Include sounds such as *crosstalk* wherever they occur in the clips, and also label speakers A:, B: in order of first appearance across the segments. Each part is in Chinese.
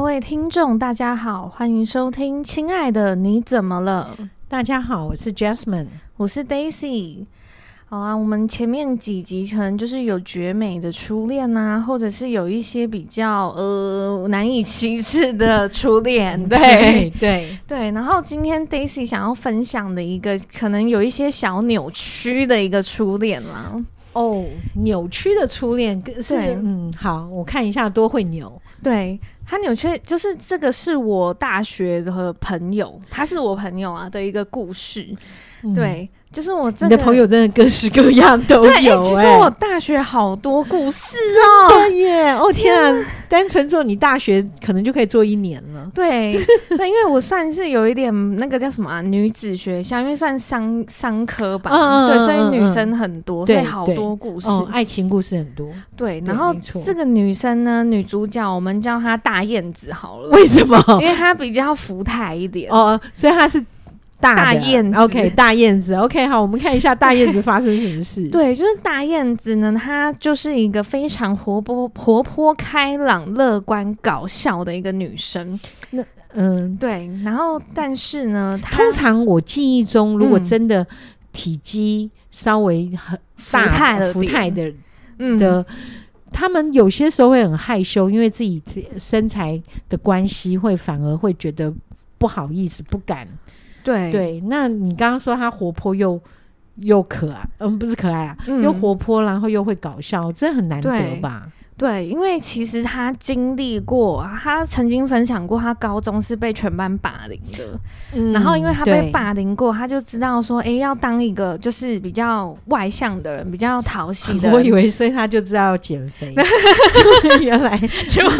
A: 位听众，大家好，欢迎收听《亲爱的你怎么了》，
B: 大家好，我是 Jasmine。
A: 我是 Daisy。好啊，我们前面几集可能就是有绝美的初恋呐、或者是有一些比较呃难以启齿的初
B: *laughs*
A: 恋，对
B: 对，
A: *laughs* 对。然后今天 Daisy 想要分享的一个可能有一些小扭曲的一个初恋啦，
B: 哦，扭曲的初恋跟是
A: 对
B: 嗯，好，我看一下多会扭。
A: 对。他扭曲，就是这个是我大学的朋友，他是我朋友啊的一个故事。
B: 嗯，
A: 对，就是我这
B: 你
A: 个
B: 的朋友真的各式各样都
A: 对、
B: 有、
A: 欸其实
B: 哎
A: 我大学好多故
B: *laughs*
A: 事哦。
B: 对耶，哦天啊，单纯做你大学可能就可以做一年了。
A: 对，对，因为我算是有一点那个叫什么啊，女子学校，因为算商商科吧，
B: 嗯嗯
A: 对，
B: 嗯
A: 所以
B: 嗯
A: 女生很多，所以
B: 对
A: 好
B: 对
A: 多故事。
B: 哦，爱情故事很多，
A: 对，
B: 对
A: 然后
B: 没错
A: 这个女生呢，女主角我们叫她大燕子好了，
B: 为什么？
A: 因为她比较福态一点。
B: 哦，所以他是大
A: 大
B: 的
A: 燕子
B: OK，大燕子。OK，好，我们看一下大燕子发生什么
A: *laughs*
B: 事。，
A: 对，就是大燕子呢，她就是一个非常活泼、活泼开朗、乐观、搞笑的一个女生。
B: 嗯，
A: 对，然后但是呢，她
B: 通常我记忆中，如果
A: 嗯
B: 真的体积稍微很
A: 福
B: 大
A: 态了
B: 福
A: 点
B: 态的
A: 嗯
B: 的，他们有些时候会很害羞，因为自己身材的关系，会反而会觉得不好意思，不敢。
A: 对，
B: 对，那你刚刚说他活泼又又可爱，嗯，不是可爱啊，
A: 嗯
B: 又活泼，然后又会搞笑，这很难
A: 对
B: 得吧？
A: 对，因为其实他经历过，他曾经分享过，他高中是被全班霸凌的，
B: 嗯
A: 然后因为他被
B: 对
A: 霸凌过，他就知道说，诶，要当一个就是比较外向的人，比较讨喜的人。
B: *laughs* 我以为，所以他就知道要减 *laughs* 肥，就原来
A: 结果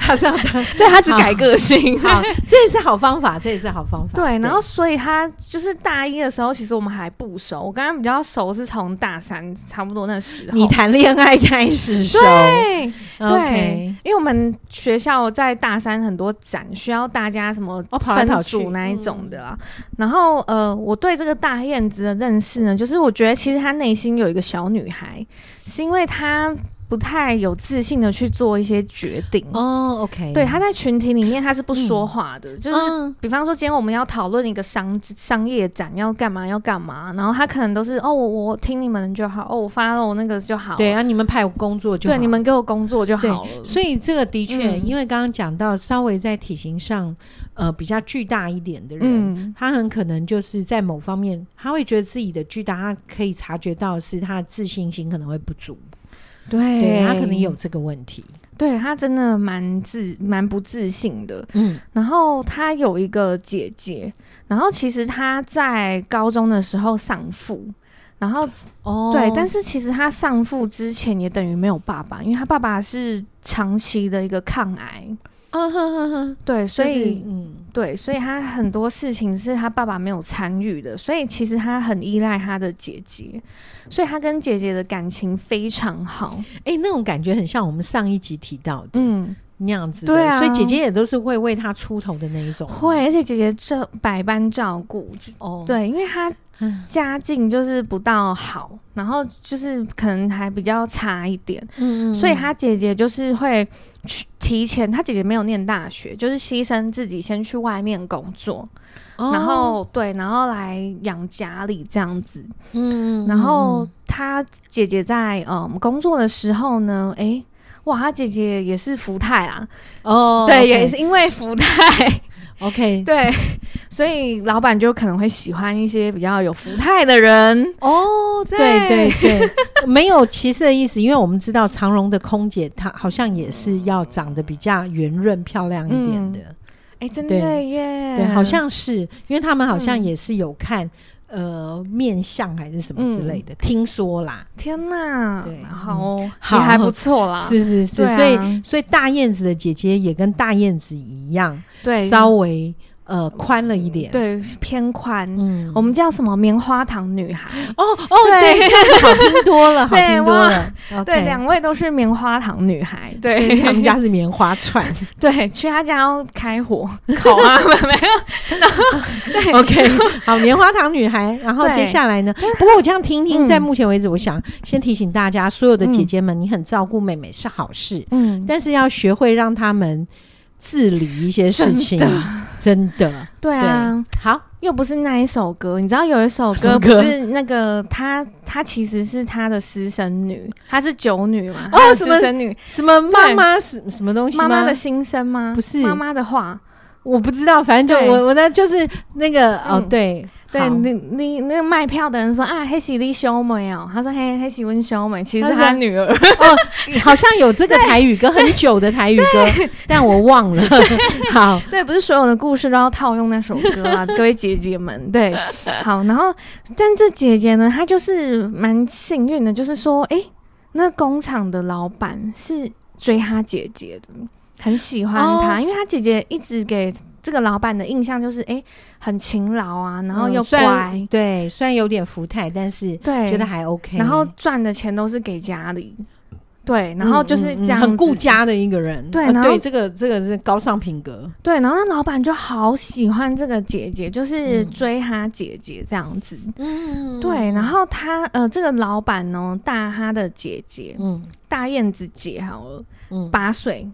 B: 他是要 *laughs* 当，
A: 对他只改个性。
B: 好，这也是好方法，这也是好方法。
A: 对，然后所以他就是大一的时候，其实我们还不熟，我跟他比较熟是从大三差不多那时候。
B: 你谈恋爱开始熟
A: 对，对
B: 啊，OK，，
A: 因为我们学校在大三很多展，需要大家什么
B: 哦跑来
A: 分
B: 跑去
A: 组那一种的啦。然后呃，我对这个大燕子的认识呢，就是我觉得其实她内心有一个小女孩，是因为她不太有自信的去做一些决定。
B: 哦，OK，
A: 对，她在群体里面她是不说话的，就是。
B: 嗯
A: 比方说，今天我们要讨论一个商商业展要干嘛要干嘛，然后她可能都是哦，我我听你们就好，哦，我发了我那个就好，
B: 对啊，你们派工作就
A: 对，
B: 好
A: 你们给我工作就
B: 对
A: 好了。
B: 所以这个的确，
A: 嗯
B: 因为刚刚讲到稍微在体型上，呃，比较巨大一点的人，
A: 嗯，
B: 他很可能就是在某方面，他会觉得自己的巨大，他可以察觉到是他的自信心可能会不足，
A: 对，
B: 对他可能有，这个问题。
A: 对他真的蛮自蛮不自信的。
B: 嗯，
A: 然后他有一个姐姐，然后其实他在高中的时候丧父，然后、
B: 哦，
A: 对，但
B: 是
A: 是其实他丧父之前也等于没有爸爸，因为他爸爸是长期的一个抗癌，
B: 啊哈哈哈，
A: 对，所
B: 就是
A: 以。
B: 嗯，
A: 对，所以他很多事情是他爸爸没有参与的，所以其实他很依赖他的姐姐，所以他跟姐姐的感情非常好。
B: 哎、那种感觉很像我们上一集提到的。
A: 嗯，
B: 那样子的，
A: 对啊
B: 所以姐姐也都是会为他出头的那一种，
A: 会，而且姐姐这百般照顾，就
B: 哦，
A: 对，因为她
B: 嗯
A: 家境就是不到好，然后就是可能还比较差一点，
B: 嗯，嗯
A: 所以
B: 嗯
A: 她姐姐就是会去提前，她姐姐没有念大学，就是牺牲自己先去外面工作，
B: 哦
A: 然后对，然后来养家里这样子。
B: 嗯，嗯
A: 然后
B: 嗯
A: 她姐姐在嗯工作的时候呢，诶、哇，她姐姐也是福泰啊，
B: 哦，
A: 对
B: OK
A: 也是因为福泰， *laughs*
B: OK，
A: 对，所以老板就可能会喜欢一些比较有福态的人。
B: 哦，
A: 对
B: 对对对，没有歧视的意思，因为我们知道长荣的空姐，她好像也是要长得比较圆润漂亮一点的，
A: 哎、真
B: 对
A: 的耶，
B: 嗯对，啊好像是，因为他们好像
A: 嗯
B: 也是有看、呃面相还是什么之类的，听说啦，
A: 天哪，
B: 对
A: 好哦，
B: 好
A: 也还不错啦，
B: 是是是，
A: 对啊
B: 所以所以大燕子的姐姐也跟大燕子一样，
A: 对，
B: 稍微呃宽了一点，，
A: 对偏宽。
B: 嗯，
A: 我们叫什么棉花糖女孩？
B: 哦哦对，
A: 对
B: 这样子好听多了，
A: *laughs*
B: 好
A: 对
B: 听多
A: 哇
B: 了，OK，
A: 对，两位都是棉花糖女孩。
B: 所以
A: 对，
B: 他
A: *laughs*
B: 们家是棉花串
A: 对去他家要开火 *laughs* 烤啊，没有。
B: ，OK，好，棉花糖女孩。然后
A: 对
B: 接下来呢？不过我这样听听，
A: 嗯
B: 在目前为止，我想先提醒大家，所有的姐姐们，你很照顾妹妹是好事，
A: 嗯，
B: 但是要学会让她们自理一些事情，
A: 真
B: 真的。
A: 对啊。
B: 好，
A: 又不是那一首歌，你知道有一首
B: 什么
A: 歌不
B: 歌
A: 是那个她，她其实是她的私生女，她是九女嘛，
B: 哦
A: 她的
B: 什
A: 私
B: 么
A: 生女，
B: 什么妈妈什什么东西吗？
A: 妈妈的心声吗？
B: 不是
A: 妈妈的话，
B: 我不知道，反正就
A: 对
B: 我我那就是那个、哦
A: 嗯，
B: 对
A: 对
B: 好
A: 你你那个卖票的人说啊，黑喜你修美哦，他说黑黑喜温修美，其实是
B: 他说
A: 他女儿，
B: *laughs* 好像有这个台语歌，很久的台语歌，但我忘了。 *laughs* 好，
A: *laughs* 对，不是所有的故事都要套用那首歌
B: *laughs*
A: 啊，各位姐姐们，对，好，然后但这姐姐呢，她就是蛮幸运的，就是说，诶，那工厂的老板是追她姐姐的，很喜欢她，
B: 哦
A: 因为她姐姐一直给这个老板的印象就是，诶，很勤劳啊，然后
B: 嗯
A: 又
B: 虽
A: 乖，
B: 然对，虽然有点福态，但是
A: 对，
B: 觉得还 OK。
A: 然后赚的钱都是给家里，对，然后就是这样、
B: 嗯很顾。家的一个人。
A: 对
B: 呃
A: 然后
B: 对，这个这个是高尚品格。
A: 对，然后那老板就好喜欢这个姐姐，就是
B: 嗯
A: 追她姐姐这样子。
B: 嗯，
A: 对，然后他呃，这个老板呢，大他的姐姐
B: 嗯
A: 大燕子姐好了，
B: 嗯，
A: 八岁。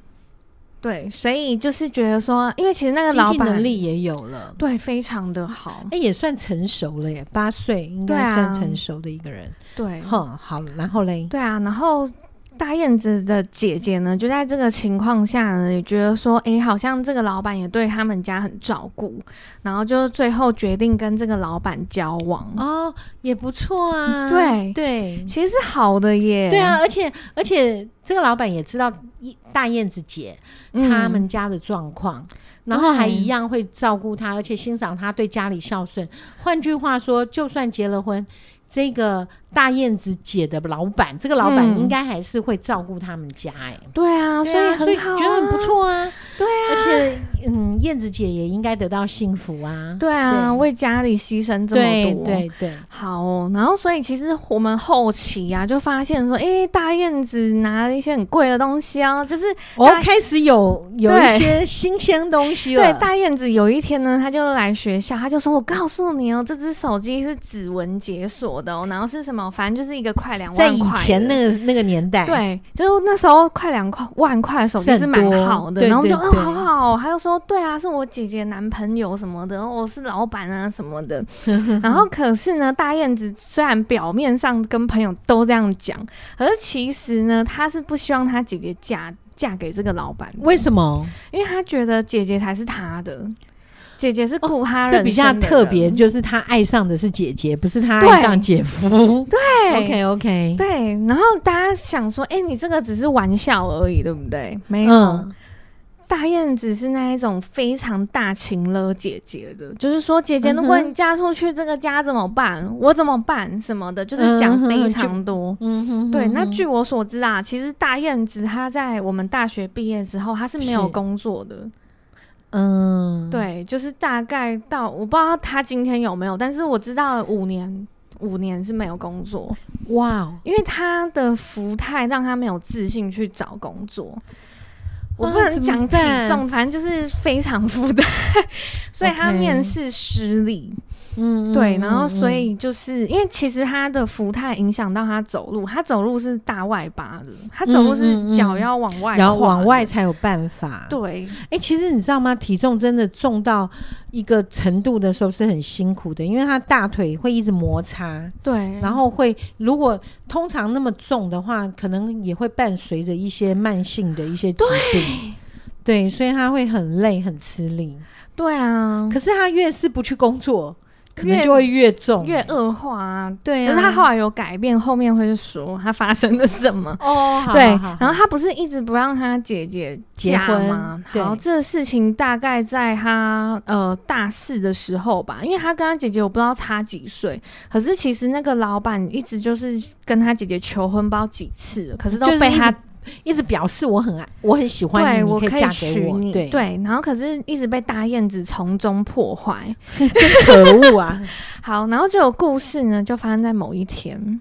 A: 对，所以就是觉得说，因为其实那个
B: 经
A: 老
B: 济
A: 板
B: 能力也有了。
A: 对非常的好，
B: 哎、也算成熟了耶，八岁应
A: 对
B: 该
A: 啊
B: 算成熟的一个人。
A: 对，
B: 哼，好，然后嘞，
A: 对啊，然后大燕子的姐姐呢，就在这个情况下呢，也觉得说，诶，好像这个老板也对他们家很照顾，然后就最后决定跟这个老板交往。
B: 哦，也不错啊。
A: 对
B: 对
A: 其实是好的耶，
B: 对啊，而且而且这个老板也知道一大燕子姐
A: 嗯，
B: 他们啊家的状况，然后还
A: 对
B: 一样会照顾她，而且欣赏她对家里孝顺。换句话说，就算结了婚，这个大燕子姐的老板，这个老板
A: 嗯
B: 应该还是会照顾他们家、哎、
A: 对啊，所
B: 对啊
A: 很好、啊，
B: 觉得很不。错啊。
A: 对
B: 啊，而且嗯，燕子姐也应该得到幸福啊。
A: 对啊，
B: 对
A: 为家里牺牲这么
B: 对
A: 多，
B: 对对，
A: 好、哦，然后所以其实我们后期啊，就发现说，诶，大燕子拿了一些很贵的东西啊，就是
B: 哦
A: 大，
B: 开始有有一
A: 对
B: 些新鲜东西了。
A: 对大燕子有一天呢，她就来学校，她就说：“我告诉你哦，这只手机是指纹解锁的哦，然后是什么，反正就是一个快两万
B: 在
A: 块的。”
B: 以前那个那个年代，
A: 对，就是那时候快两块万块的手机
B: 是
A: 是
B: 很
A: 蛮
B: 多
A: 好的，
B: 对
A: 然后我们就
B: 对
A: 嗯
B: 对
A: 好好哦，他就说对啊，是我姐姐男朋友什么的，我、是老板啊什么的。 *laughs* 然后可是呢，大燕子虽然表面上跟朋友都这样讲，可是其实呢，她是不希望她姐姐嫁嫁给这个老板的，
B: 为什么？
A: 因为她觉得姐姐才是她的，姐姐是顾她人、
B: 哦这比较特别，，就是他爱上的是姐姐，不是他爱上姐夫。
A: *laughs* 对。
B: OK OK，
A: 对，然后大家想说，哎、你这个只是玩笑而已，对不对？哦没有，
B: 嗯，
A: 大燕子是那一种非常大情了姐姐的，就是说姐姐，
B: 嗯
A: 如
B: 哼
A: 果你嫁出去，这个家怎么办？我怎么办？什么的，就是讲非常多。
B: 嗯哼
A: 对，
B: 哼
A: 那
B: 哼
A: 据我所知啊，其实大燕子她在我们大学毕业之后，她是没有
B: 是
A: 工作的。
B: 嗯，
A: 对，就是大概到我不知道她今天有没有，但是我知道五年，五年是没有工作，
B: 哇哦，
A: 因为她的福态让她没有自信去找工作。我
B: 啊
A: 不能
B: 怎么
A: 讲体
B: 办
A: 重，反正就是非常负担，所以他
B: OK
A: 面试失利。
B: 嗯，
A: 对，
B: 嗯
A: 然后所，
B: 嗯
A: 以就是因为其实他的福态影响到他走路，他走路是大外八的，他走路
B: 嗯嗯嗯
A: 是脚要往外跨
B: 嗯
A: 的，
B: 然后往外才有办法。，
A: 对，
B: 哎，其实你知道吗？体重真的重到一个程度的时候是很辛苦的，因为他大腿会一直摩擦，
A: 对，
B: 然后会如果通常那么重的话，可能也会伴随着一些慢性的一些疾病。对，所以他会很累，很吃力。
A: 对啊，
B: 可是他越是不去工作，可能
A: 越
B: 就会越重，
A: 越恶化啊。
B: 对
A: 可
B: 啊。
A: 是他后来有改变，后面会说他发生了什么。
B: 哦，好
A: 对，
B: 好好
A: 然后他不是一直不让他姐姐嫁
B: 结婚
A: 吗？
B: 对
A: 好，这个事情大概在他呃大四的时候吧，因为他跟他姐姐我不知道差几岁，可是其实那个老板一直就是跟他姐姐求婚，不知道几次了，可是都
B: 就是
A: 被
B: 一
A: 他
B: 直一直表示我很爱，我很喜欢
A: 对
B: 你，
A: 我
B: 你
A: 可
B: 以嫁
A: 娶
B: 给我，
A: 你，
B: 对，
A: 然后可是一直被大燕子从中破坏。
B: 可恶啊！
A: 好，然后就有故事呢，就发生在某一天。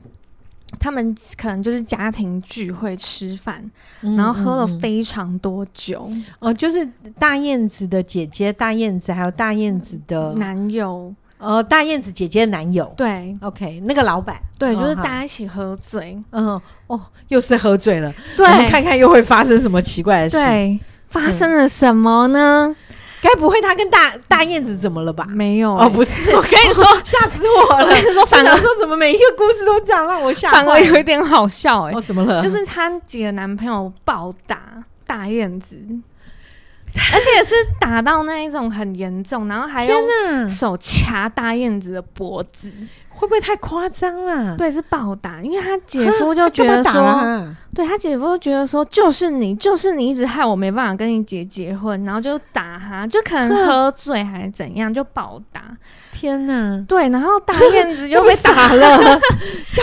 A: 他们可能就是家庭聚会吃饭， *laughs* 然后喝了
B: 嗯嗯嗯
A: 非常多酒，
B: 哦，就是大燕子的姐姐，大燕子还有大燕子的
A: 男友
B: 呃大燕子姐姐的男友
A: 对，
B: ，OK，那个老板，
A: 对，就是
B: 哦好
A: 大家一起喝醉，
B: 嗯，哦，又是喝醉了，我们
A: 对
B: 看看又会发生什么奇怪的事。
A: 对，发生了什么呢？
B: 该不会他跟大大燕子怎么了吧？
A: 没有、欸
B: 哦，不是，
A: *laughs* 我跟你说，
B: 吓死我
A: 我
B: 了！
A: 跟你说，
B: 反
A: 反
B: 而
A: 而
B: 说怎么每一个故事都这样，让我吓
A: 反而
B: 坏
A: 有
B: 了。
A: 一点好笑哎、
B: 哦，怎么了？
A: 就是她几个男朋友暴打大燕子，而且是打到那一种很严重，然后还嗯用
B: 天哪，嗯
A: 手掐大燕子的脖子，
B: 会不会太夸张了？
A: 对，是暴打，因为她姐
B: 啊
A: 夫
B: 他
A: 就觉
B: 干嘛
A: 得
B: 打
A: 说，
B: 了啊
A: 对他姐夫就觉得说，就是你，就是你一直害我没办法跟你姐结婚，然后就打他，就可能
B: 哼
A: 喝醉还是怎样，就暴打。
B: 天哪，
A: 对，然后大燕子就
B: 又
A: 被
B: 被
A: 打
B: 打了，要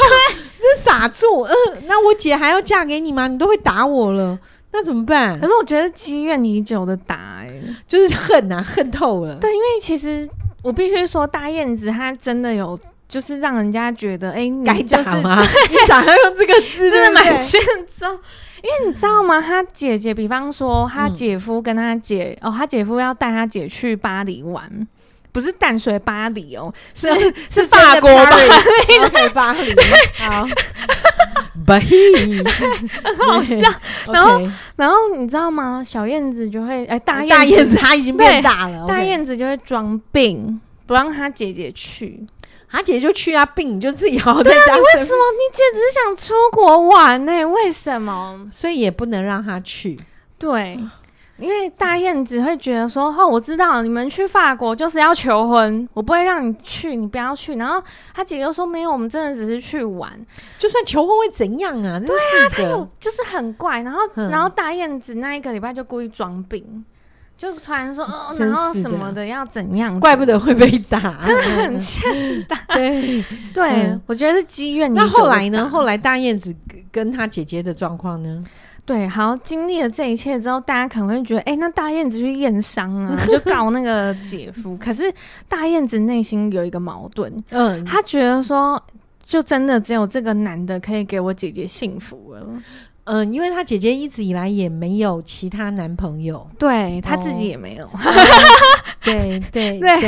B: 这傻住。嗯、那我姐还要嫁给你吗？你都会打我了，那怎么办
A: 可？是我觉得积怨已久的打、欸，
B: 就是恨啊，恨透了。
A: 对，因为其实我必须说，大燕子她真的有，就是让人家觉得，哎、你
B: 该
A: 就
B: 打
A: 是
B: 吗？你想要用这个
A: *laughs* 真
B: 字，
A: 的
B: 对不
A: 蛮
B: 对
A: 欠揍。因为你知道吗？她姐姐，比方说她
B: 嗯
A: 姐夫跟她姐、哦，她姐夫要带她姐去巴黎玩，不是淡水巴黎哦，是是法国巴黎，
B: *laughs* OK，巴黎，好， *laughs* 巴黎，
A: 好笑。
B: OK
A: *laughs* 然后然后你知道吗？小燕子就会哎、大
B: 大
A: 燕
B: 燕子她已经变大了，
A: 大
B: OK
A: 燕子就会装病，不让她姐姐去。
B: 她姐就去啊，病你就自己好好在家
A: 为
B: 生
A: *laughs* 什么你姐只是想出国玩呢、欸为什么？
B: 所以也不能让她去。
A: 对，因为大燕子会觉得说，哦，我知道你们去法国就是要求婚，我不会让你去，你不要去。然后她姐又说，没有，我们真的只是去玩，
B: 就算求婚会怎样啊？对啊，她
A: 就就是很怪。然后，
B: 嗯
A: 然后大燕子那一个礼拜就故意装病。就是突然说，哦，
B: 真
A: 然后
B: 是
A: 什
B: 的
A: 么的要怎样？
B: 怪不得会被打。
A: *laughs* 很欠打。
B: 对，
A: 对，
B: 嗯
A: 我觉得是积怨已久
B: 那
A: 的打。
B: 后来呢？后来大燕子跟跟她姐姐的状况呢？
A: 对，好，经历了这一切之后，大家可能会觉得，哎、那大燕子去验伤
B: *laughs*
A: 啊，就告那个姐夫。可是大燕子内心有一个矛盾，
B: 嗯，
A: 她觉得说。就真的只有这个男的可以给我姐姐幸福了，，
B: 嗯，因为她姐姐一直以来也没有其他男朋友
A: 对她自
B: 哦
A: 己也没有，
B: *laughs* 对对
A: 对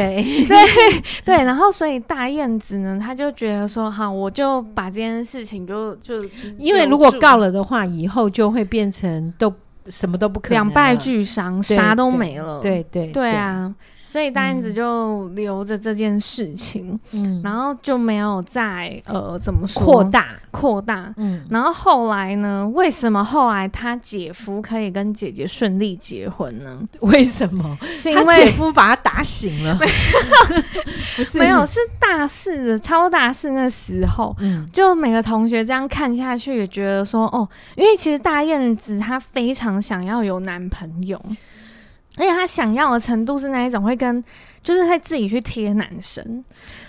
B: 对，
A: *laughs* 对，然后所以大燕子呢，她就觉得说，好，我就把这件事情就就
B: 因为如果
A: 留住
B: 告了的话，以后就会变成都什么都不可能了，啊
A: 两败俱伤，
B: 对
A: 啥都
B: 对
A: 没了，
B: 对对
A: 对，啊，所以大燕子就留着这件事情，
B: 嗯，
A: 然后就没有再呃怎么说
B: 扩大，
A: 扩大。
B: 嗯，
A: 然后后来呢？为什么后来他姐夫可以跟姐姐顺利结婚呢？
B: 为什么？
A: 是因
B: 他姐
A: 为
B: 夫把他打醒了， *laughs* 不是
A: 没有，是大四的超大四那时候，
B: 嗯，
A: 就每个同学这样看下去，也觉得说哦，因为其实大燕子她非常想要有男朋友，而且她想要的程度是那一种会跟，就是会自己去贴男生，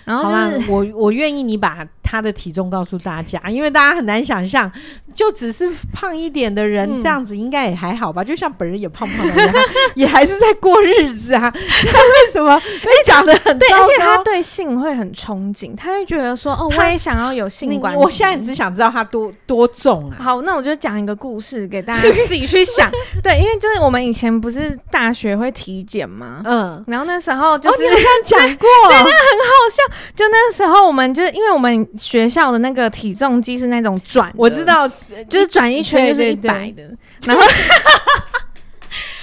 A: 然后
B: 好
A: 就
B: 啦
A: 是，
B: 我我愿意你把他的体重告诉大家，因为大家很难想象，就只是胖一点的人、
A: 嗯
B: 这样子应该也还好吧，就像本人也胖胖的一样，也还是在过日子啊， *laughs* 这样为什么被讲的很
A: 对，而且
B: 糟
A: 她
B: 糕
A: 对性会很憧憬，她会觉得说哦，我
B: 她
A: 也想要有性
B: 你
A: 关系。
B: 我现在只想知道他多多重啊，
A: 好，那我就讲一个故事给大家自己去
B: *laughs*
A: 想。对，因为就是我们以前不是大学会体检吗？
B: 嗯。
A: 然后那时候就
B: 哦，
A: 是、
B: 你好像 *laughs* 讲过，
A: 就那时候我们就是因为我们学校的那个体重机是那种转的，
B: 我知道，
A: 就是转一圈就是
B: 对
A: 一
B: 对
A: 百的，然
B: *laughs*
A: 后。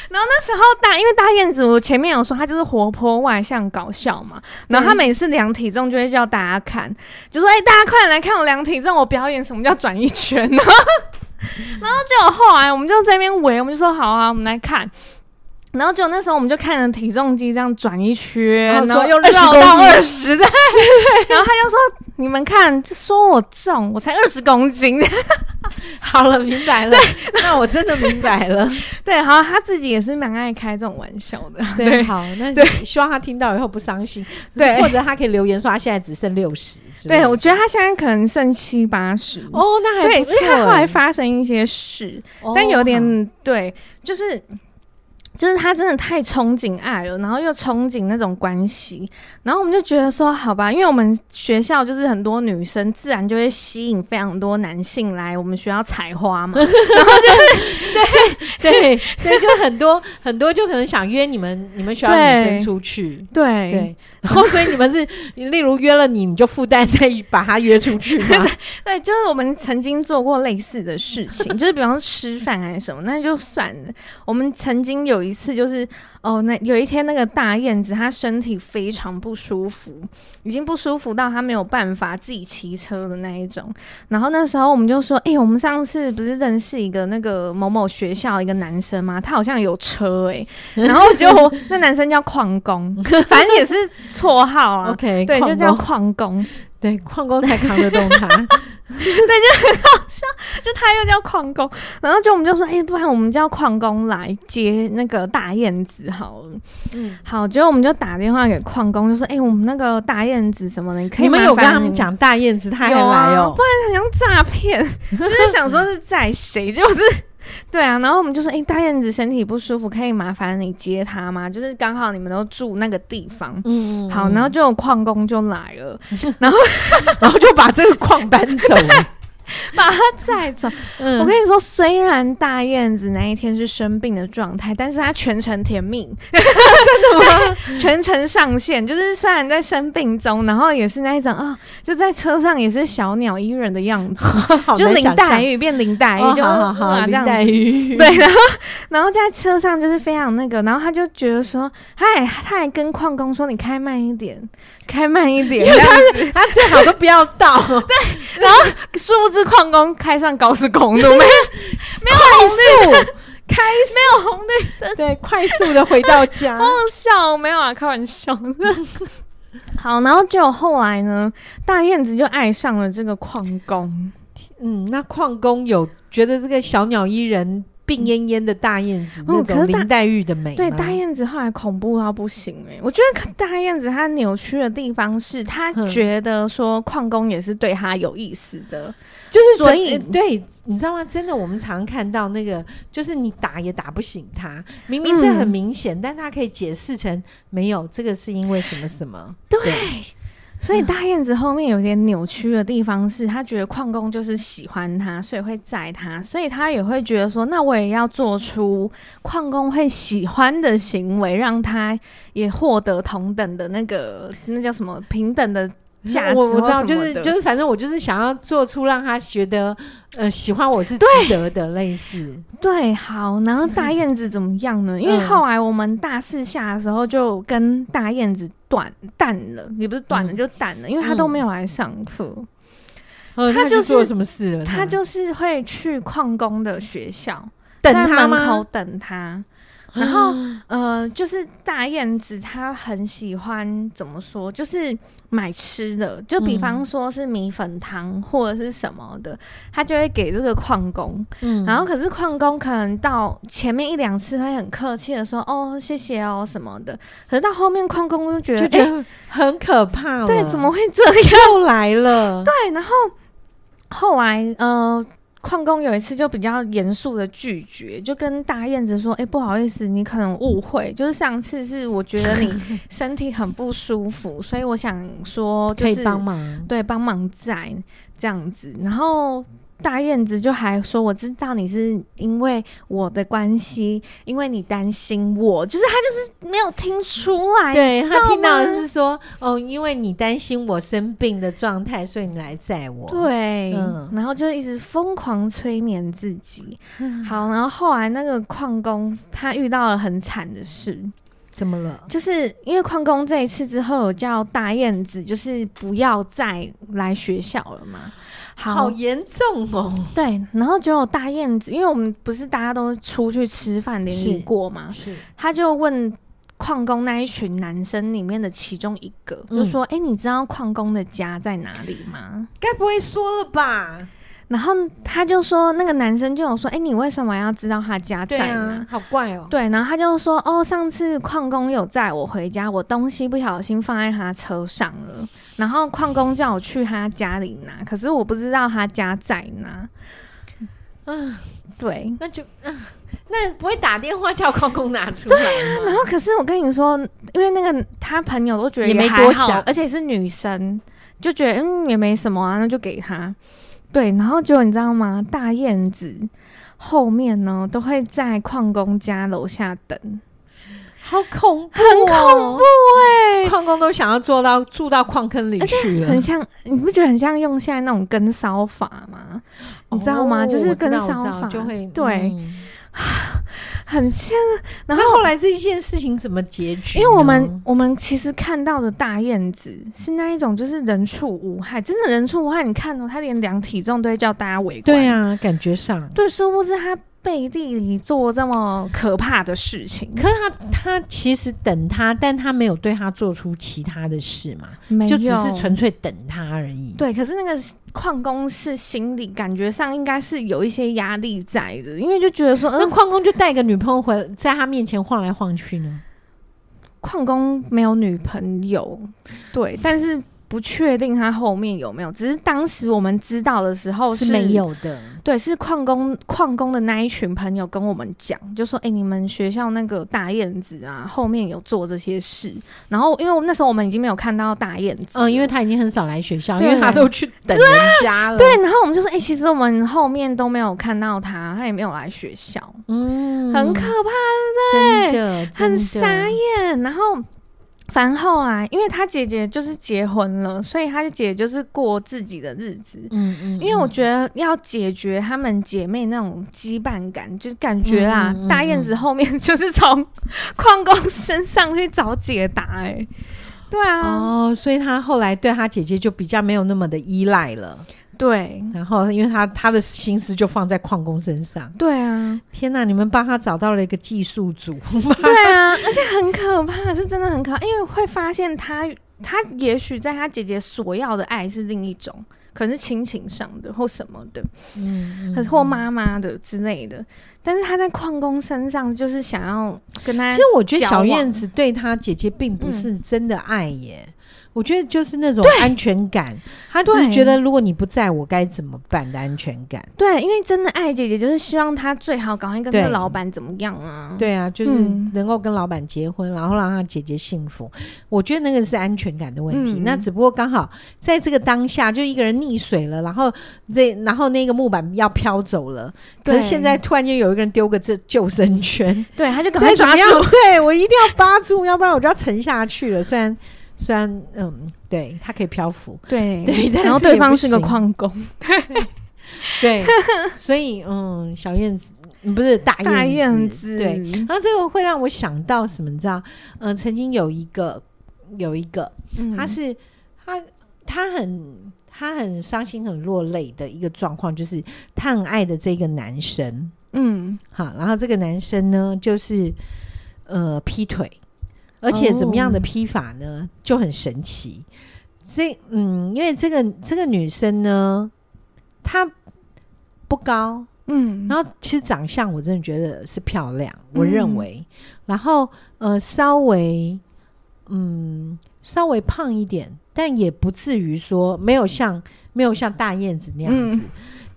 A: 然后那时候大，因为大燕子，我前面有说她就是活泼外向、搞笑嘛。然后她每次量体重就会叫大家看，就说：“哎、大家快点来看我量体重，我表演什么叫转一圈。”然后， *laughs* 然后结果后来我们就在那边围，我们就说：“好啊，我们来看。”然后结果那时候我们就看着体重机这样转一圈，
B: 然后
A: 然后
B: 哦说
A: 又
B: 20
A: 绕到
B: 公斤
A: 二十， *laughs* 对。然后他就说：“你们看，就说我重，我才二十公斤。”
B: 好了，明白了。 *laughs* 那我真的明白 *laughs* 了。
A: 对，好，他自己也是蛮爱开这种玩笑的。 *laughs*
B: 对，好，那就希望他听到以后不伤心，
A: 对
B: 或者他可以留言说他现在只剩六十。
A: 对，我觉得他现在可能剩七八十。
B: 哦，那
A: 对，
B: 还
A: 因
B: 不错欸。
A: 为他后来发生一些事，
B: 哦，
A: 但有
B: 好
A: 点对，就是就是他真的太憧憬爱了，然后又憧憬那种关系，然后我们就觉得说，好吧，因为我们学校就是很多女生，自然就会吸引非常多男性来我们学校采
B: *laughs*
A: 花嘛。
B: *laughs* 对对，就很多很多就可能想约你们你们学校女生
A: 对
B: 出去，
A: 对，
B: 对，然后所以你们是 *laughs* 例如约了你，你就附带再把他约出去 *laughs* 吗？
A: *laughs* 对，就是我们曾经做过类似的事情，就是比方说吃饭还是什么，那就算了。我们曾经有一次就是，哦，那有一天那个大燕子她身体非常不舒服，已经不舒服到她没有办法自己骑车的那一种。然后那时候我们就说，诶，我们上次不是认识一个那个某某学校一个男生吗？他好像有车诶。然后
B: *laughs*
A: 结果那男生叫矿工，反正也是绰号
B: *laughs*
A: 啊。
B: OK，
A: 对，就
B: 矿
A: 叫
B: 工，
A: 矿工，
B: 对， *laughs* 矿工才扛得动
A: *laughs*
B: 他。
A: 就叫矿工，然后就我们就说，哎、不然我们叫矿工来接那个大燕子好了。
B: 嗯，
A: 好，结果我们就打电话给矿工，就说，哎、我们那个大燕子什么的，你可以
B: 你们
A: 麻
B: 有跟
A: 烦
B: 他们讲大燕子，他还
A: 有啊
B: 来哦
A: 不，很像诈
B: *laughs*
A: 骗，就是想说是在谁，就是对啊。然后我们就说，哎、大燕子身体不舒服，可以麻烦你接她吗？就是刚好你们都住那个地方。
B: 嗯，嗯
A: 好，
B: 嗯
A: 然后就有矿工就来了，
B: 然后就把这个矿搬
A: *laughs*
B: 走了。
A: 把他载走。
B: 嗯
A: 我跟你说，虽然大燕子那一天是生病的状态，但是她全程甜蜜， *laughs* 真的吗？全程上线，就是虽然在生病中，然后也是那一种啊、就在车上也是小鸟依人的样子，
B: 好
A: 就
B: 难
A: 林
B: 想
A: 黛
B: 象
A: 玉变林黛玉，
B: 哦
A: 就
B: 好好
A: 哇
B: 好，
A: 这
B: 林
A: 样
B: 黛
A: 子。
B: 玉， *laughs*
A: 对，然后然后就在车上就是非常那个，然后他就觉得说，他还他还跟矿工说，你开慢一点，开慢一点，
B: *laughs*
A: 这样
B: 他最好都不要
A: *laughs*
B: 到，
A: 殊不知矿工开上高速公路，没有
B: 快速，
A: *laughs*
B: 开
A: 没有红绿
B: 对，快速的回到
A: *laughs*
B: 家。
A: 哦笑，没有啊，开玩 *laughs* 笑的。好，然后就后来呢，大燕子就爱上了这个矿工。
B: 嗯，那矿工有觉得这个小鸟依人、病恹恹的大燕子、
A: 嗯哦
B: 那
A: 可
B: 种
A: 是大
B: 林黛玉的美
A: 对，
B: 吗
A: 大燕子后来恐怖到不行哎、我觉得大燕子她扭曲的地方是，她
B: 嗯
A: 觉得说矿工也是对她有意思的，
B: 就是
A: 所
B: 真
A: 以
B: 呃对，你知道吗？真的，我们常看到那个，就是你打也打不醒他，明明这
A: 嗯
B: 很明显，但他可以解释成没有，这个是因为什么什么。
A: 对
B: 对
A: 所以
B: 嗯
A: 大燕子后面有点扭曲的地方是，她觉得矿工就是喜欢她，所以会载她，所以她也会觉得说，那我也要做出矿工会喜欢的行为，让她也获得同等的那个那叫什么平等的价值
B: 我我知道，
A: 或什
B: 就
A: 么
B: 是
A: 的
B: 就是，反正我就是想要做出让他觉得，呃，喜欢我是值得的，类似。
A: 对，好，然后大燕子怎么样
B: *laughs*
A: 呢？因为后来我们大四下的时候就跟大燕子断淡了，也不是断了，
B: 嗯
A: 就淡了，因为她都没有来上课。
B: 呃，
A: 他
B: 他
A: 就是
B: 做什么事了？
A: 他就是会去矿工的学校，
B: 等
A: 在
B: 他
A: 门口
B: 吗？
A: 等他。然后，呃，就是大燕子，她很喜欢怎么说，就是买吃的，就比方
B: 嗯
A: 说是米粉汤或者是什么的，她就会给这个矿工。
B: *gasps* 嗯
A: 然后，可是矿工可能到前面一两次会很客气的说：“哦，谢谢哦什么的。”可是到后面矿工就觉得，
B: 就觉
A: 诶
B: 得很可怕了。
A: 对，怎么会这样？
B: 又来了？对，
A: *laughs* 对，然后后来呃，矿工有一次就比较严肃的拒绝，就跟大燕子说：“哎、不好意思，你可能误会，就是上次是我觉得 *laughs* 你身体很不舒服，所以我想说就
B: 可
A: 是
B: 以帮忙。
A: 对帮忙在这样子。”然后。大燕子就还说：“我知道你是因为我的关系，因为你担心我，就是他就是没有听出来，
B: 对
A: 知道
B: 他听到的
A: 吗
B: 是说，哦，因为你担心我生病的状态，所以你来载我。，
A: 对，
B: 嗯
A: 然后就一直疯狂催眠自
B: *laughs*
A: 己。
B: 嗯
A: 好，然后后来那个矿工他遇到了很惨的事，
B: 怎么了？
A: 就是因为矿工这一次之后有叫大燕子，就是不要再来学校了嘛。好
B: 好，严重
A: *laughs*
B: 哦！
A: 对，然后结果大燕子，因为我们不是大家都出去吃饭联谊
B: 是
A: 过嘛，
B: 是，
A: 他就问矿工那一群男生里面的其中一个，就
B: 嗯
A: 说：“哎、你知道矿工的家在哪里吗？”
B: 该不会说了吧？
A: 然后他就说，那个男生就有说，哎、你为什么要知道他家在
B: 对
A: 哪？
B: 啊，好怪哦。
A: 对，然后他就说，哦，上次矿工有载我回家，我东西不小心放在他车上了，然后矿工叫我去他家里拿，可是我不知道他家在哪。
B: 嗯，
A: 对，
B: 那就嗯，那不会打电话叫公公拿出来吗？
A: 啊然后可是我跟你说，因为那个他朋友都觉得
B: 也没
A: 还
B: 多
A: 好
B: 想
A: 而且是女生，就觉得嗯也没什么啊，那就给他。对，然后结果你知道吗？大燕子后面呢都会在矿工家楼下等，
B: 好恐怖、哦，
A: 对，
B: 矿工都想要做到住到矿坑里去了
A: 欸很，像，你不觉得很像用现在那种跟梢法吗？你知道吗
B: 哦
A: 就是
B: 我知道
A: 跟
B: 我知道
A: 骚法
B: 就会
A: 对
B: 嗯
A: 很像。然后
B: 那后来这件事情怎么结局
A: 因
B: 呢？
A: 为我们我们其实看到的大燕子是那一种，就是人畜无害，真的人畜无害。你看哦，他连量体重都会叫大家围观。
B: 对啊，感觉上，
A: 对，殊不知他背地里做这么可怕的事情。
B: 可是他他其实等他，但他没有对他做出其他的事嘛，
A: 没
B: 就只是
A: 有
B: 纯粹等他而已。
A: 对，可是那个矿工是心里感觉上应该是有一些压力在的，因为就觉得说，
B: 那
A: 嗯，
B: 矿工就带个女朋友回来，在他面前晃来晃去呢。
A: 矿工没有女朋友，对，但是不确定他后面有没有，只是当时我们知道的时候
B: 是没。有的。
A: 对，是矿工矿工的那一群朋友跟我们讲，就说：“哎、你们学校那个大燕子啊，后面有做这些事。”然后，因为我那时候我们已经没有看到大燕子了，
B: 嗯，因为他已经很少来学校，因
A: 对
B: 为他都去等人家了。
A: 对，然后我们就说：“哎、其实我们后面都没有看到他，他也没有来学校，
B: 嗯
A: 很可怕，
B: 真的，真的
A: 很傻眼。”然后。反正后来，因为他姐姐就是结婚了，所以他姐姐就是过自己的日子。
B: 嗯嗯，
A: 因为我
B: 嗯
A: 觉得要解决她们姐妹那种羁绊感，就是感觉啦，
B: 嗯嗯嗯
A: 大燕子后面 *laughs* 就是从矿工身上去找解答、哎，对啊，
B: 哦，所以他后来对他姐姐就比较没有那么的依赖了。
A: 对
B: 然后，因为他他的心思就放在矿工身上。
A: 对
B: *laughs*
A: 啊，
B: 天哪，你们帮他找到了一个技术组，
A: 对啊，而且很可怕，是真的很可怕，因为会发现她，她也许在她姐姐所要的爱是另一种，可能是亲情上的或什么的，
B: 嗯
A: 可是或妈妈的之类的，但是她在矿工身上就是想要跟她
B: 其实我觉得
A: 交
B: 小
A: 往嗯
B: 燕子对她姐姐并不是真的爱耶，我觉得就是那种安全感，她只是
A: 对嗯
B: 觉得如果你不在我该怎么办的安全感。
A: 对，因为真的爱姐姐，就是希望她最好赶快跟这个
B: 对
A: 老板怎么样啊？
B: 对啊，就是
A: 嗯
B: 能够跟老板结婚，然后让她姐姐幸福，我觉得那个是安全感的问题。
A: 嗯
B: 那只不过刚好在这个当下，就一个人溺水了，然后这然后那个木板要飘走了，可是
A: 对
B: 现在突然间有一个人丢个这救生圈，
A: 对，她就赶
B: 再
A: 快
B: 怎
A: 抓
B: 么
A: 住
B: 样，，对我一定要扒住， *laughs* 要不然我就要沉下去了。虽然虽然嗯，对，它可以漂浮，
A: 对
B: *laughs* 对但
A: 然后
B: 是
A: 对
B: 也不
A: 方是个
B: 行
A: 矿工，
B: 对，
A: *laughs*
B: 所以嗯，小燕子嗯不是大燕
A: 大燕子，
B: 子，对。，然后这个会让我想到什么，你知道？嗯、曾经有一个有一个，
A: 嗯
B: 他是他他很他很伤心很落泪的一个状况，就是他很爱的这个男生，
A: 嗯，
B: 好，然后这个男生呢，就是呃劈腿，而且怎么样的
A: 哦
B: 劈法呢，就很神奇。这嗯，因为这个这个女生呢，她不高，
A: 嗯，
B: 然后其实长相我真的觉得是漂亮，我认为，然后呃稍微嗯稍微胖一点，但也不至于说没有像没有像大燕子那样
A: 嗯
B: 子。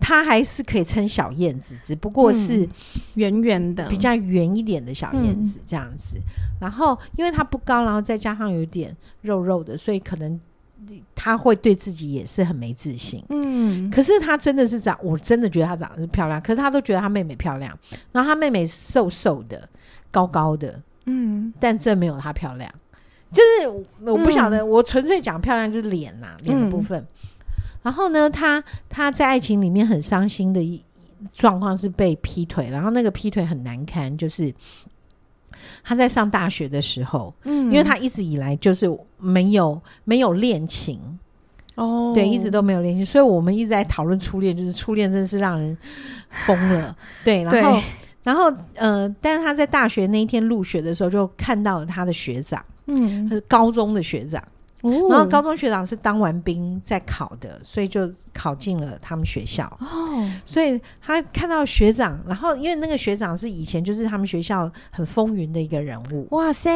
B: 她还是可以称小燕子，只不过是、
A: 嗯圆圆的，
B: 比较圆一点的小燕子这样子。然后因为它不高，然后再加上有点肉肉的，所以可能他会对自己也是很没自信。
A: 嗯，
B: 可是她真的是长，我真的觉得她长得是漂亮，可是她都觉得她妹妹漂亮，然后她妹妹瘦瘦的、高高的，
A: 嗯，
B: 但真没有她漂亮。就是我不晓得，我纯粹讲漂亮就是脸呐、脸的部分。然后呢，她她在爱情里面很伤心的一状况是被劈腿，然后那个劈腿很难堪，就是她在上大学的时候，
A: 嗯，
B: 因为她一直以来就是没有没有恋情，
A: 哦，
B: 对，一直都没有联系，所以我们一直在讨论初恋，就是初恋真是让人疯了。对，然后
A: 对
B: 然后呃，但是他在大学那一天入学的时候，就看到了他的学长，
A: 嗯
B: 他，是高中的学长，
A: 哦
B: 然后高中学长是当完兵在考的，所以就考进了他们学校。
A: 哦，
B: 所以他看到学长，然后因为那个学长是以前就是他们学校很风云的一个人物，
A: 哇塞，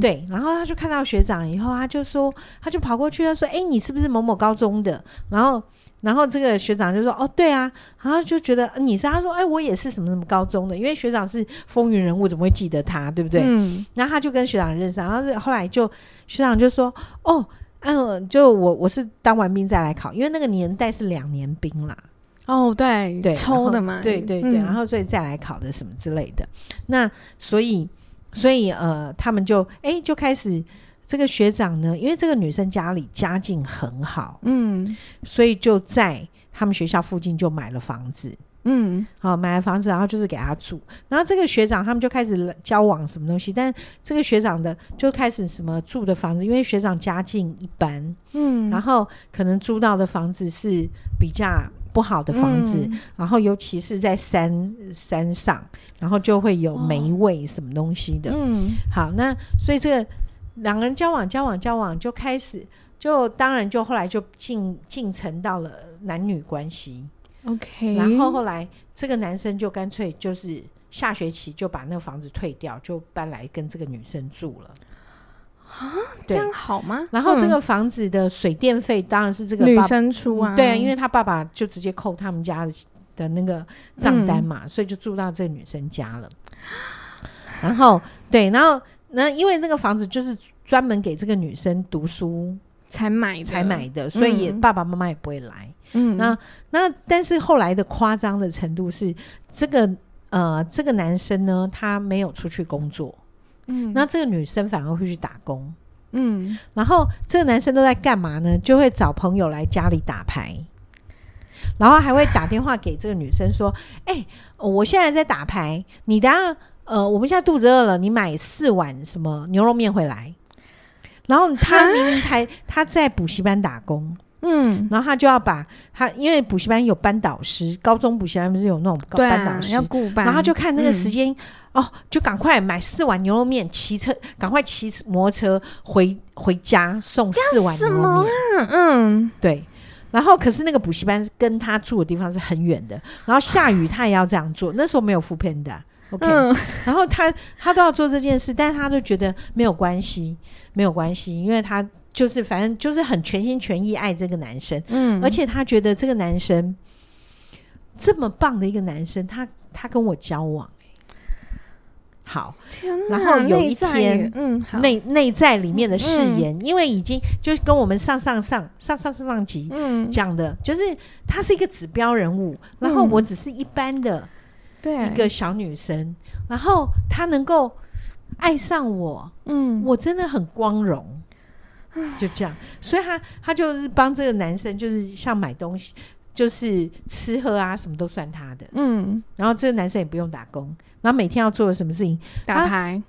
B: 对，然后他就看到学长以后，他就说，他就跑过去，他说：“哎、你是不是某某高中的？”然后然后这个学长就说：“哦，对啊。”然后就觉得呃你是他说：“哎，我也是什么什么高中的，因为学长是风云人物，怎么会记得他，对不对？”
A: 嗯
B: 然后他就跟学长认识，然后是后来就学长就说：“哦，嗯，就我我是当完兵再来考，因为那个年代是两年兵啦，
A: 哦，对
B: 对，
A: 抽的
B: 然后
A: 嘛，
B: 对对对，
A: 嗯
B: 然后所以再来考的什么之类的。那所以所以呃，他们就哎就开始这个学长呢，因为这个女生家里家境很好，
A: 嗯
B: 所以就在他们学校附近就买了房子。”
A: 嗯
B: 好，买了房子，然后就是给他住。然后这个学长他们就开始交往什么东西，但这个学长的就开始什么住的房子，因为学长家境一般，
A: 嗯，
B: 然后可能租到的房子是比较不好的房子，
A: 嗯
B: 然后尤其是在山山上，然后就会有霉味什么东西的。
A: 嗯
B: 好，那所以这个两个人交往交往交往就开始。就当然就后来就进进程到了男女关系，
A: ，OK，
B: 然后后来这个男生就干脆就是下学期就把那个房子退掉，就搬来跟这个女生住了。
A: 啊这
B: 对
A: 样好吗？
B: 然后这
A: 嗯
B: 个房子的水电费当然是这个
A: 女
B: 爸
A: 生出啊，
B: 对啊，因为他爸爸就直接扣他们家的的那个账单
A: 嗯
B: 嘛，所以就住到这个女生家了。 *gasps* 然后对，然后那因为那个房子就是专门给这个女生读书
A: 才买的
B: 才，买的，所以也、
A: 嗯
B: 爸爸妈妈也不会来。
A: 嗯，
B: 那那但是后来的夸张的程度是，这个呃，这个男生呢，他没有出去工作，
A: 嗯
B: 那这个女生反而会去打工。
A: 嗯
B: 然后这个男生都在干嘛呢？就会找朋友来家里打牌，然后还会打电话给这个女生说：“哎、我现在在打牌，你等下呃，我们现在肚子饿了，你买四碗什么牛肉面回来。”然后他明明才他在补习班打工，
A: 嗯，
B: 然后他就要把他，因为补习班有班导师，高中补习班不是有那种高
A: 对
B: 班
A: 啊
B: 导，师，
A: 要顾班，
B: 然后他就看那个
A: 嗯
B: 时间，哦，就赶快买四碗牛肉面，骑车赶快骑摩托车回回家送四碗牛
A: 什么
B: 肉面，
A: 嗯嗯
B: 对。然后，可是那个补习班跟他住的地方是很远的，然后下雨他也要这样做。那时候没有扶贫的，OK、啊
A: 嗯
B: 然后他他都要做这件事，但是他就觉得没有关系，没有关系，因为他就是反正就是很全心全意爱这个男生。
A: 嗯，
B: 而且他觉得这个男生这么棒的一个男生，他他跟我交往、欸好，
A: 天
B: 然
A: 哪
B: 后有
A: 内
B: 一
A: 在
B: 天
A: 耶嗯好嗯
B: 内内在里面的誓言，因为已经就是跟我们上上上上上上上集
A: 嗯
B: 讲的，就是他是一个指标人物，然后
A: 嗯
B: 我只是一般的
A: 对
B: 一个小女生，然后他能够爱上我，
A: 嗯
B: 我真的很光荣，就这样。所以他他就是帮这个男生，就是像买东西，就是吃喝啊，什么都算他的。
A: 嗯
B: 然后这个男生也不用打工，然后每天要做的什么事情，
A: 打
B: 啊
A: 牌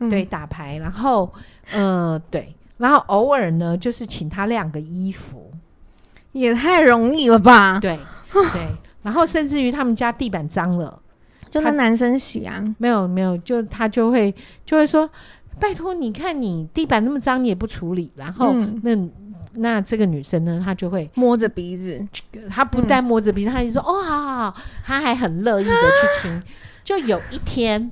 A: 嗯
B: 对，打牌，然后呃，对，然后偶尔呢，就是请他晾个衣服，
A: 也太容易了吧？
B: 对对。然后甚至于他们家地板脏了，
A: 就
B: 他
A: 那男生洗啊，
B: 没有没有，就他就会就会说，拜托你看你地板那么脏，你也不处理，然后、
A: 嗯
B: 那。那这个女生呢，她就会
A: 摸着鼻子，
B: 他
A: 嗯
B: 不但摸着鼻子，他就说：“哦，好好好。”他还很乐意的
A: 啊
B: 去亲。就有一天，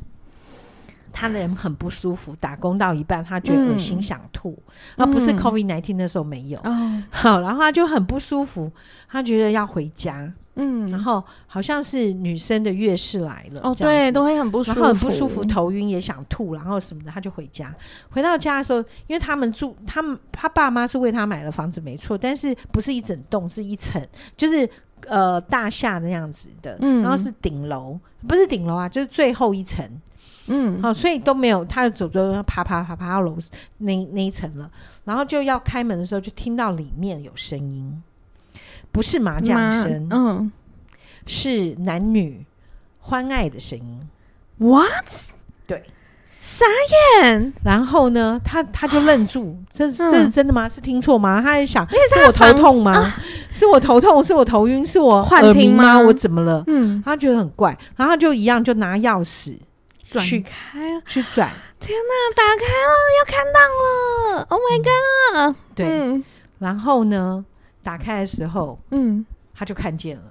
B: 他的人很不舒服，打工到一半，他觉得恶心
A: 嗯
B: 想吐。那、不是
A: 嗯
B: COVID 1 9那时候没有，
A: 哦，
B: 好，然后他就很不舒服，他觉得要回家。然
A: 嗯，
B: 后好像是女生的月事来了，
A: 哦，
B: 这样
A: 对，
B: 子
A: 都会很不舒
B: 然
A: 服，
B: 后很不舒服，头晕也想吐，然后什么的，他就回家。回到家的时候，因为他们住，他们他爸妈是为他买了房子没错，但是不是一整栋，是一层，就是呃大厦那样子的，
A: 嗯
B: 然后是顶楼，不是顶楼啊，就是最后一层。
A: 嗯，
B: 好、所以都没有，他就走走走，爬爬爬爬到楼那那一层了，然后就要开门的时候，就听到里面有声音，不是麻将
A: 妈
B: 声，
A: 嗯
B: 是男女欢爱的声音。
A: ，what？
B: 对，
A: 傻眼，
B: 然后呢，他他就愣
A: *gasps*
B: 住，这是
A: 嗯
B: 这是真的吗？是听错吗？他还想，
A: 是
B: 是
A: 他啊
B: 我头痛吗？是我头痛，是我头晕，是我
A: 幻
B: 耳
A: 听
B: 鸣吗？
A: 吗
B: 我怎么了？
A: 嗯，
B: 他觉得很怪，然后他就一样就拿钥匙
A: 转
B: 去
A: 开了，
B: 去
A: *laughs*
B: 转，
A: 天哪，打开了，要看到了，Oh my god！
B: 对，
A: 嗯
B: 然后呢，打开的时候
A: 嗯
B: 他就看见了，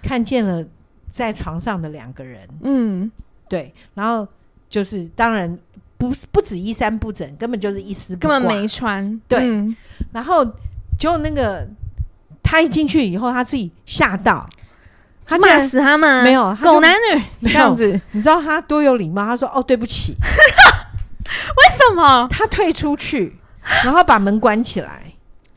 B: 看见了在床上的两个人，
A: 嗯，
B: 对，然后就是当然不不止衣衫不整，根本就是一丝
A: 根
B: 不
A: 本
B: 挂
A: 没穿，
B: 对
A: 嗯
B: 然后结果那个他一进去以后，他自己吓到，他竟
A: 骂
B: 然
A: 死他们，
B: 没有他就
A: 狗男女
B: 没
A: 这
B: 有
A: 样子，为
B: 你知道他多有礼貌？他说：“哦，对
A: *laughs*
B: 不起。
A: 什”么？
B: 他退出去，然后把门关起来，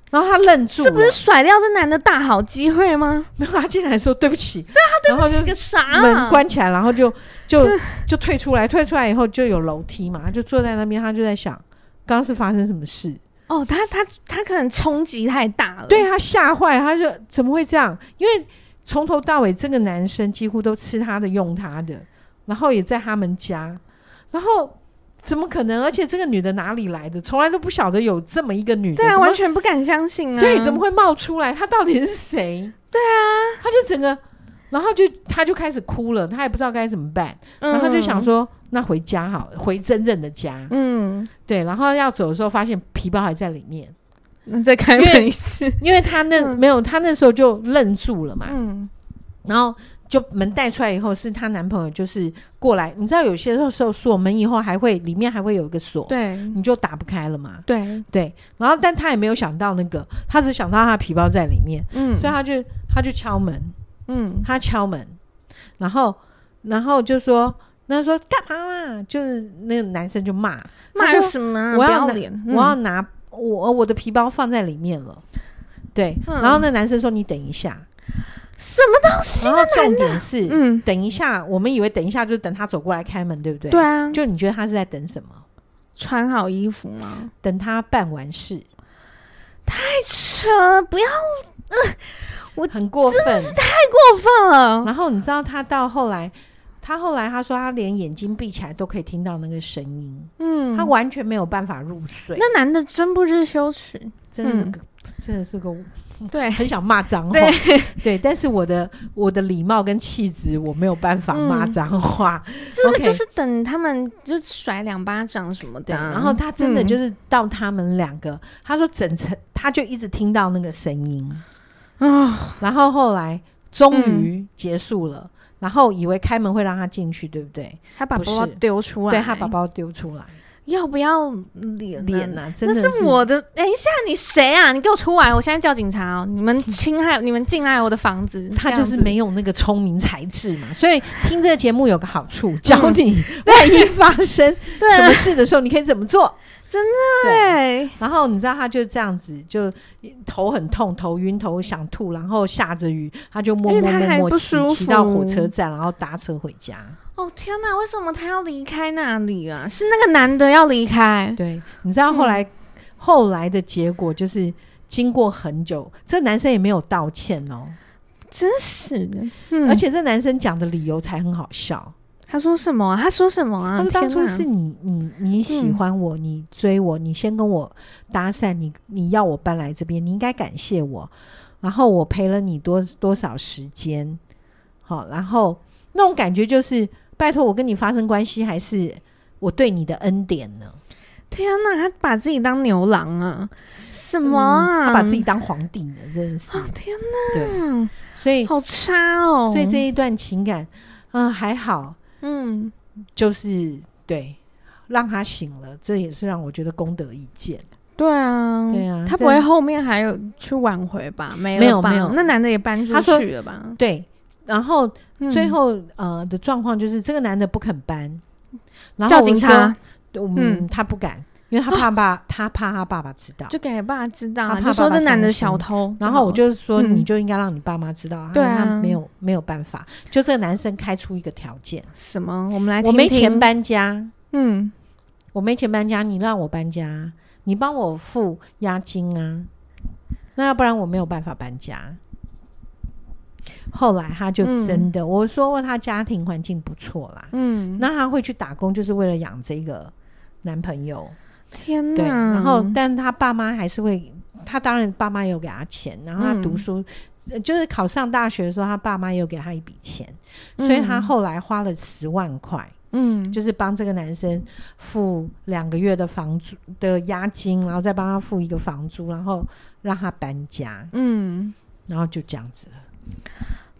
B: 然后他愣住了，
A: 这不是甩掉这男的大好机会吗？
B: 没有？他竟然说对不起，
A: 啊
B: 对他然后
A: 是
B: 就
A: 个啥啊？
B: 门关起来，然后就就就退出来，退出来以后就有楼梯嘛，他就坐在那边，他就在想，刚刚是发生什么事？
A: 哦，他他他可能冲击太大了，
B: 对他吓坏，他就怎么会这样？因为从头到尾，这个男生几乎都吃他的、用他的，然后也在他们家，然后怎么可能？而且这个女的哪里来的？从来都不晓得有这么一个女的，
A: 对啊，
B: 怎么
A: 完全不敢相信啊，
B: 对，怎么会冒出来？她到底是谁？对啊，她就整个，然后就她就开始哭了，她也不知道该怎么办，
A: 嗯？
B: 然后她就想说，那回家好了，回真正的家。
A: 嗯，
B: 对，然后要走的时候发现皮包还在里面，
A: 那再开门一次，
B: 因为她那、
A: 嗯
B: 没有，她那时候就愣住了嘛，
A: 嗯，
B: 然后。就门带出来以后，是她男朋友就是过来，你知道有些时候锁门以后还会里面还会有一个锁，
A: 对
B: 你就打不开了嘛。
A: 对，
B: 对，然后但她也没有想到那个，她只想到她的皮包在里面，
A: 嗯
B: 所以她就她就敲门，
A: 嗯
B: 他敲门，然后然后就说，那说干嘛啦？就是那个男生就骂，
A: 骂
B: 他说
A: 什么啊？
B: 我
A: 不
B: 要
A: 要
B: 拿
A: 脸，
B: 我要
A: 嗯
B: 拿我我的皮包放在里面了。对，
A: 嗯
B: 然后那男生说你等一下，
A: 什么东西
B: 然
A: 啊？
B: 后重点是、
A: 嗯，
B: 等一下，我们以为等一下就是等他走过来开门，对不对？
A: 对。啊，
B: 就你觉得他是在等什么？
A: 穿好衣服吗？
B: 等他办完事，
A: 太扯，哎不要
B: 很过分。
A: 过分了。
B: 然后你知道他到后来，他后来他说他连眼睛闭起来都可以听到那个声音，
A: 嗯，
B: 他完全没有办法入睡。
A: 那男的真不知羞耻，
B: 真的是
A: 嗯
B: 个，真的是个，
A: 对
B: 很想骂脏话， *laughs* 对，但是我的我的礼貌跟气质，我没有办法骂脏话，
A: 这个
B: OK
A: 就是等他们就甩两巴掌什么
B: 对。
A: 的啊。
B: 然后他真的
A: 嗯
B: 就是到他们两个，他说整层他就一直听到那个声音，
A: 啊，
B: 然后后来终
A: 嗯
B: 于结束了，然后以为开门会让他进去，对不对？
A: 他把
B: 不
A: 包包
B: 是
A: 丢出来，
B: 对他把包丢出来，
A: 要不要脸
B: 脸
A: 呢？
B: 呐、真
A: 那
B: 的
A: 是我的，等一下，你谁啊？你给我出来！我现在叫警察哦！你们侵害，你们进来我的房子，
B: 他
A: 这
B: 就
A: 样
B: 是
A: 子
B: 没有那个聪明才智嘛，所以听这个节目有个好处，教
A: 嗯 *laughs*
B: 你万一发生
A: 对
B: 什么
A: 啊
B: 事的时候，你可以怎么做？
A: 真
B: 的对。
A: 对，
B: 然后你知道他就这样子，就头很痛，头晕，头想吐，然后下着雨，他就默
A: 因为
B: 默
A: 他
B: 默
A: 还
B: 默
A: 不
B: 骑
A: 舒
B: 骑到火
A: 服
B: 车站，然后搭车回家。
A: 哦天哪，为什么他要离开那里啊？是那个男的要离 *laughs* 开，
B: 对，你知道后
A: 嗯
B: 来、后来的结果就是，经过很久，这男生也没有道歉哦，
A: 真是的。嗯
B: 而且这男生讲的理由才很好笑。
A: 他说什么、啊？他说什么啊？
B: 他说当初
A: 天哪
B: 是你你你喜
A: 嗯
B: 欢我，你追我，你先跟我搭讪，你你要我搬来这边，你应该感谢我。然后我陪了你多多少时间，好，然后那种感觉就是，拜托我跟你发生关系，还是我对你的恩典呢？
A: 天哪，他把自己当牛郎啊？什么
B: 嗯
A: 啊？
B: 他把自己当皇帝呢，真的是
A: 哦天
B: 对，
A: 哪，
B: 所以
A: 嗯好差哦。
B: 所以这一段情感，嗯、还好，
A: 嗯，
B: 就是对，让他醒了，这也是让我觉得功德一件。
A: 对啊，
B: 对啊
A: 他
B: 这
A: 不会后面还有去挽回吧？没
B: 没
A: 了
B: 有
A: 吧
B: 没有
A: 那男的也搬出
B: 他说
A: 去了吧？
B: 对，然后
A: 嗯
B: 最后呃的状况就是这个男的不肯搬，然后
A: 叫
B: 我
A: 警
B: 说
A: 察，
B: 嗯，
A: 嗯
B: 他不敢，因为他怕爸，
A: *gasps*
B: 他怕他爸爸知道。
A: 就给爸知道
B: 他
A: 啊，
B: 怕
A: 就
B: 爸
A: 说
B: 爸
A: 这男的
B: 伤心
A: 小偷。
B: 然后我就说，
A: 嗯
B: 你就应该让你爸妈知道，
A: 对
B: 他
A: 啊
B: 没有没有办法。就这个男生开出一个条件，
A: 什么？我们来听
B: 我
A: 听
B: 没钱，搬家，
A: 嗯，
B: 我没钱搬家，你让我搬家，你帮我付押金啊，那要不然我没有办法搬家。后来他就
A: 嗯
B: 真的，我说过他家庭环境不错啦，
A: 嗯，
B: 那她会去打工，就是为了养这个男朋友。
A: 天
B: 对，
A: 哪！
B: 然后但她爸妈还是会，她当然爸妈有给她钱，然后她
A: 嗯
B: 读书、呃就是考上大学的时候，她爸妈有给她一笔钱，所以她
A: 嗯
B: 后来花了十万块，
A: 嗯，
B: 就是帮这个男生付两个月的房租的押金，然后再帮他付一个房租，然后让他搬家，
A: 嗯，
B: 然后就这样子了。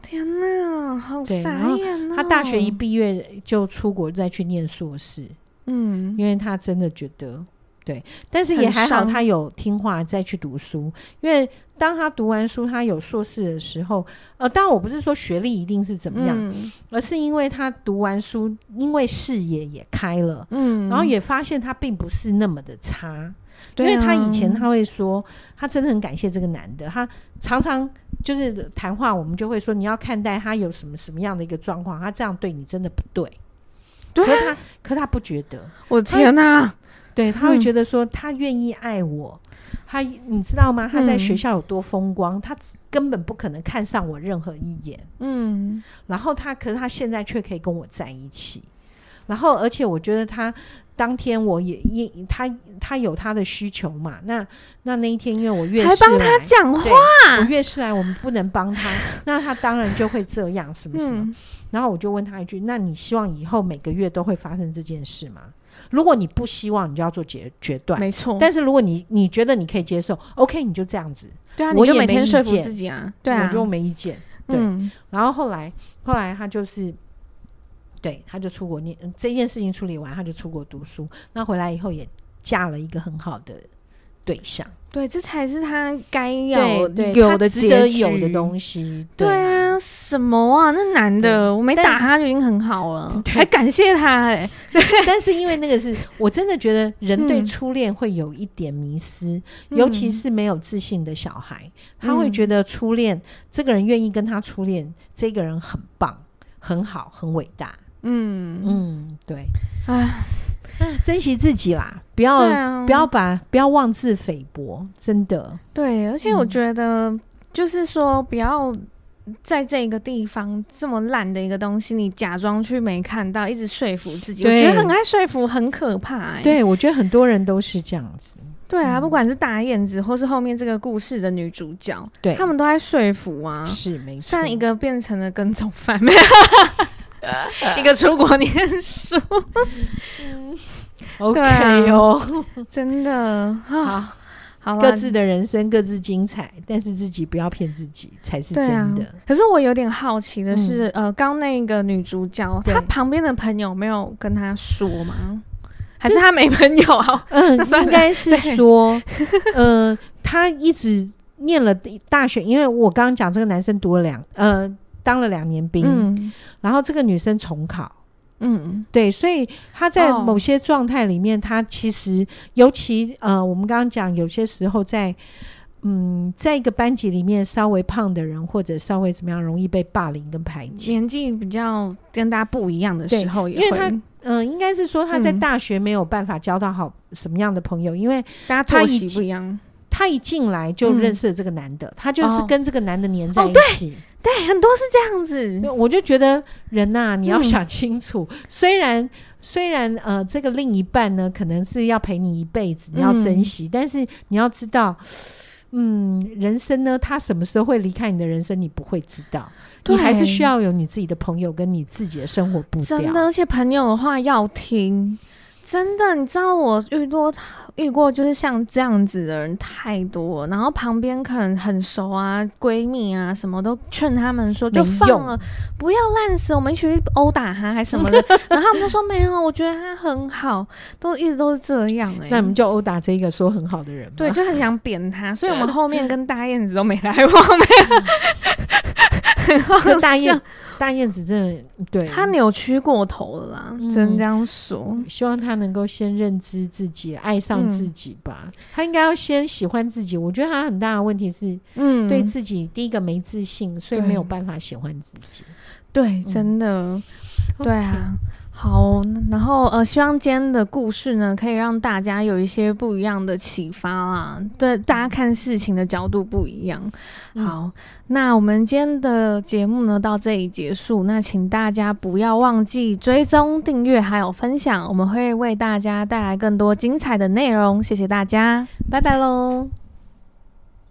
A: 天哪，好
B: 对
A: 傻
B: 然后
A: 眼哦！
B: 她大学一毕业就出国再去念硕士，
A: 嗯，
B: 因为她真的觉得但是也
A: 很
B: 还好，
A: 伤
B: 他有听话再去读书，因为当他读完书，他有硕士的时候，呃，当然我不是说学历一定是怎么样，
A: 嗯
B: 而是因为他读完书，因为视野也开了，
A: 嗯
B: 然后也发现他并不是那么的差，因
A: 对
B: 为他以前
A: 啊
B: 他会说，他真的很感谢这个男的，他常常就是谈话，我们就会说你要看待他有什么什么样的一个状况，他这样对你真的不对，
A: 对
B: 可
A: 啊
B: 是他可他不觉得，
A: 我天哪、
B: 对，他会
A: 嗯
B: 觉得说他愿意爱我，他你知道吗？他在学
A: 嗯
B: 校有多风光，他根本不可能看上我任何一眼。
A: 嗯，
B: 然后他，可是他现在却可以跟我在一起。然后，而且我觉得他当天我也也他他有他的需求嘛。那那那一天，因为我越
A: 还
B: 是
A: 帮他
B: 来，
A: 讲话，
B: 对，我越是来，我们不能帮他，那他当然就会这样什么什么。
A: 嗯，
B: 然后我就问他一句：“那你希望以后每个月都会发生这件事吗？”如果你不希望，你就要做决决断。
A: 没错，
B: 但是如果你你觉得你可以接受，OK，你就这样子，
A: 对啊，
B: 我
A: 你就
B: 也
A: 每
B: 没
A: 天
B: 意
A: 说服
B: 见
A: 自己啊，对啊，
B: 我就没意见。对
A: 嗯
B: 然后后来后来他就是，对，他就出国念嗯这件事情处理完，他就出国读书。那回来以后也嫁了一个很好的对象，
A: 对，这才是他该要
B: 对对，
A: 有
B: 他
A: 的
B: 值得
A: 结
B: 有的
A: 局
B: 东西，
A: 对啊，什么啊？那男的，我没
B: 但
A: 打他就已经很好了，
B: 对
A: 还感谢他哎、
B: 但是因为那个是我真的觉得人对
A: 嗯
B: 初恋会有一点迷失，尤其
A: 嗯
B: 是没有自信的小孩，他
A: 嗯
B: 会觉得初恋这个人愿意跟他初恋，这个人很棒、很好、很伟大。
A: 嗯
B: 嗯，对，
A: 哎，
B: 啊珍惜自己啦，不要、
A: 对啊，
B: 哦不要把不要妄自菲薄，真的。
A: 对，而且我
B: 嗯
A: 觉得就是说不要。在这个地方这么烂的一个东西，你假装去没看到，一直说服自己，我
B: 对
A: 觉得很爱说服，很可怕、哎。
B: 对，我觉得很多人都是这样子。
A: 对啊，
B: 嗯
A: 不管是大燕子，或是后面这个故事的女主角，
B: 对，
A: 他们都在说服啊。
B: 是没错。
A: 虽然一个变成了跟踪犯，
B: *laughs*
A: 一个出国念书，
B: OK
A: 对啊
B: 哦，
A: 真的啊，
B: 好，
A: 好啦
B: 各自的人生各自精彩，但是自己不要骗自己才是
A: 对啊
B: 真
A: *laughs*
B: 的。。嗯
A: 可是我有点好奇的是，呃，刚那个女主角，
B: 对
A: 她旁边的朋友没有跟她说吗？还是她没朋友
B: *laughs*
A: 啊？
B: 嗯，
A: 那算
B: 应
A: 了
B: 该是
A: 对
B: 说，呃，他一直念了大学，因为我刚刚讲这个男生读了两，呃，当了两年兵，
A: 嗯
B: 然后这个女生重考，
A: 嗯，
B: 对，所以他在
A: 哦
B: 某些状态里面，他其实尤其呃，我们刚刚讲，有些时候在。嗯，在一个班级里面，稍微胖的人或者稍微怎么样，容易被霸凌跟排挤。
A: 年纪比较跟大家不一样的时候也
B: 对
A: 会，
B: 因为嗯、应该是说他在
A: 嗯
B: 大学没有办法交到好什么样的朋友，因为
A: 大家作
B: 她已
A: 息
B: 经
A: 不一样，
B: 他一进来就认识了这个男的，他就是
A: 嗯哦
B: 跟这个男的黏在
A: 哦
B: 一起。
A: 对，很多是这样子。
B: 我就觉得人呐、你要
A: 嗯
B: 想
A: *laughs*
B: 清楚。虽然虽然呃，这个另一半呢，可能是要陪你一辈
A: 嗯
B: 子，你要珍惜，但是你要知道。嗯，人生呢，他什么时候会离开你的人生，你不会知道。你还是
A: 对
B: 需要有你自己的朋友跟你自己的生活步调。
A: 真的，而且朋友的话要听。真的，你知道我遇多遇过就是像这样子的人太多了，然后旁边可能很熟啊、闺蜜啊什么都劝他们说
B: 没
A: 就
B: 用
A: 放了，不要烂死，我们一起去殴打他还什么的，
B: *laughs*
A: 然后他们就说没有，我觉得他很好，都一直都是这样哎、
B: 那你们啊就殴打这个说很好的人吗？
A: 对，就很想扁他，所以我们后面跟大燕子都没来
B: *laughs*
A: 往，没有，
B: 可大
A: 好 *laughs*
B: 燕
A: 笑
B: 大燕子真的对，
A: 啊他扭曲过头了啦，
B: 嗯
A: 只能这样说。
B: 希望他能够先认知自己，爱上
A: 嗯
B: 自己吧。他应该要先喜欢自己。我觉得他很大的问题是
A: 嗯，
B: 对自己，第一个没自信，所以
A: 对
B: 没有办法喜欢自己。
A: 对，
B: 嗯
A: 真的，对啊。好，那然后呃，希望今天的故事呢，可以让大家有一些不一样的启发啦，对大家看事情的角度不一样。
B: 嗯
A: 好，那我们今天的节目呢到这里结束，那请大家不要忘记追踪、订阅还有分享，我们会为大家带来更多精彩的内容。谢谢大家。
B: OK，拜拜喽。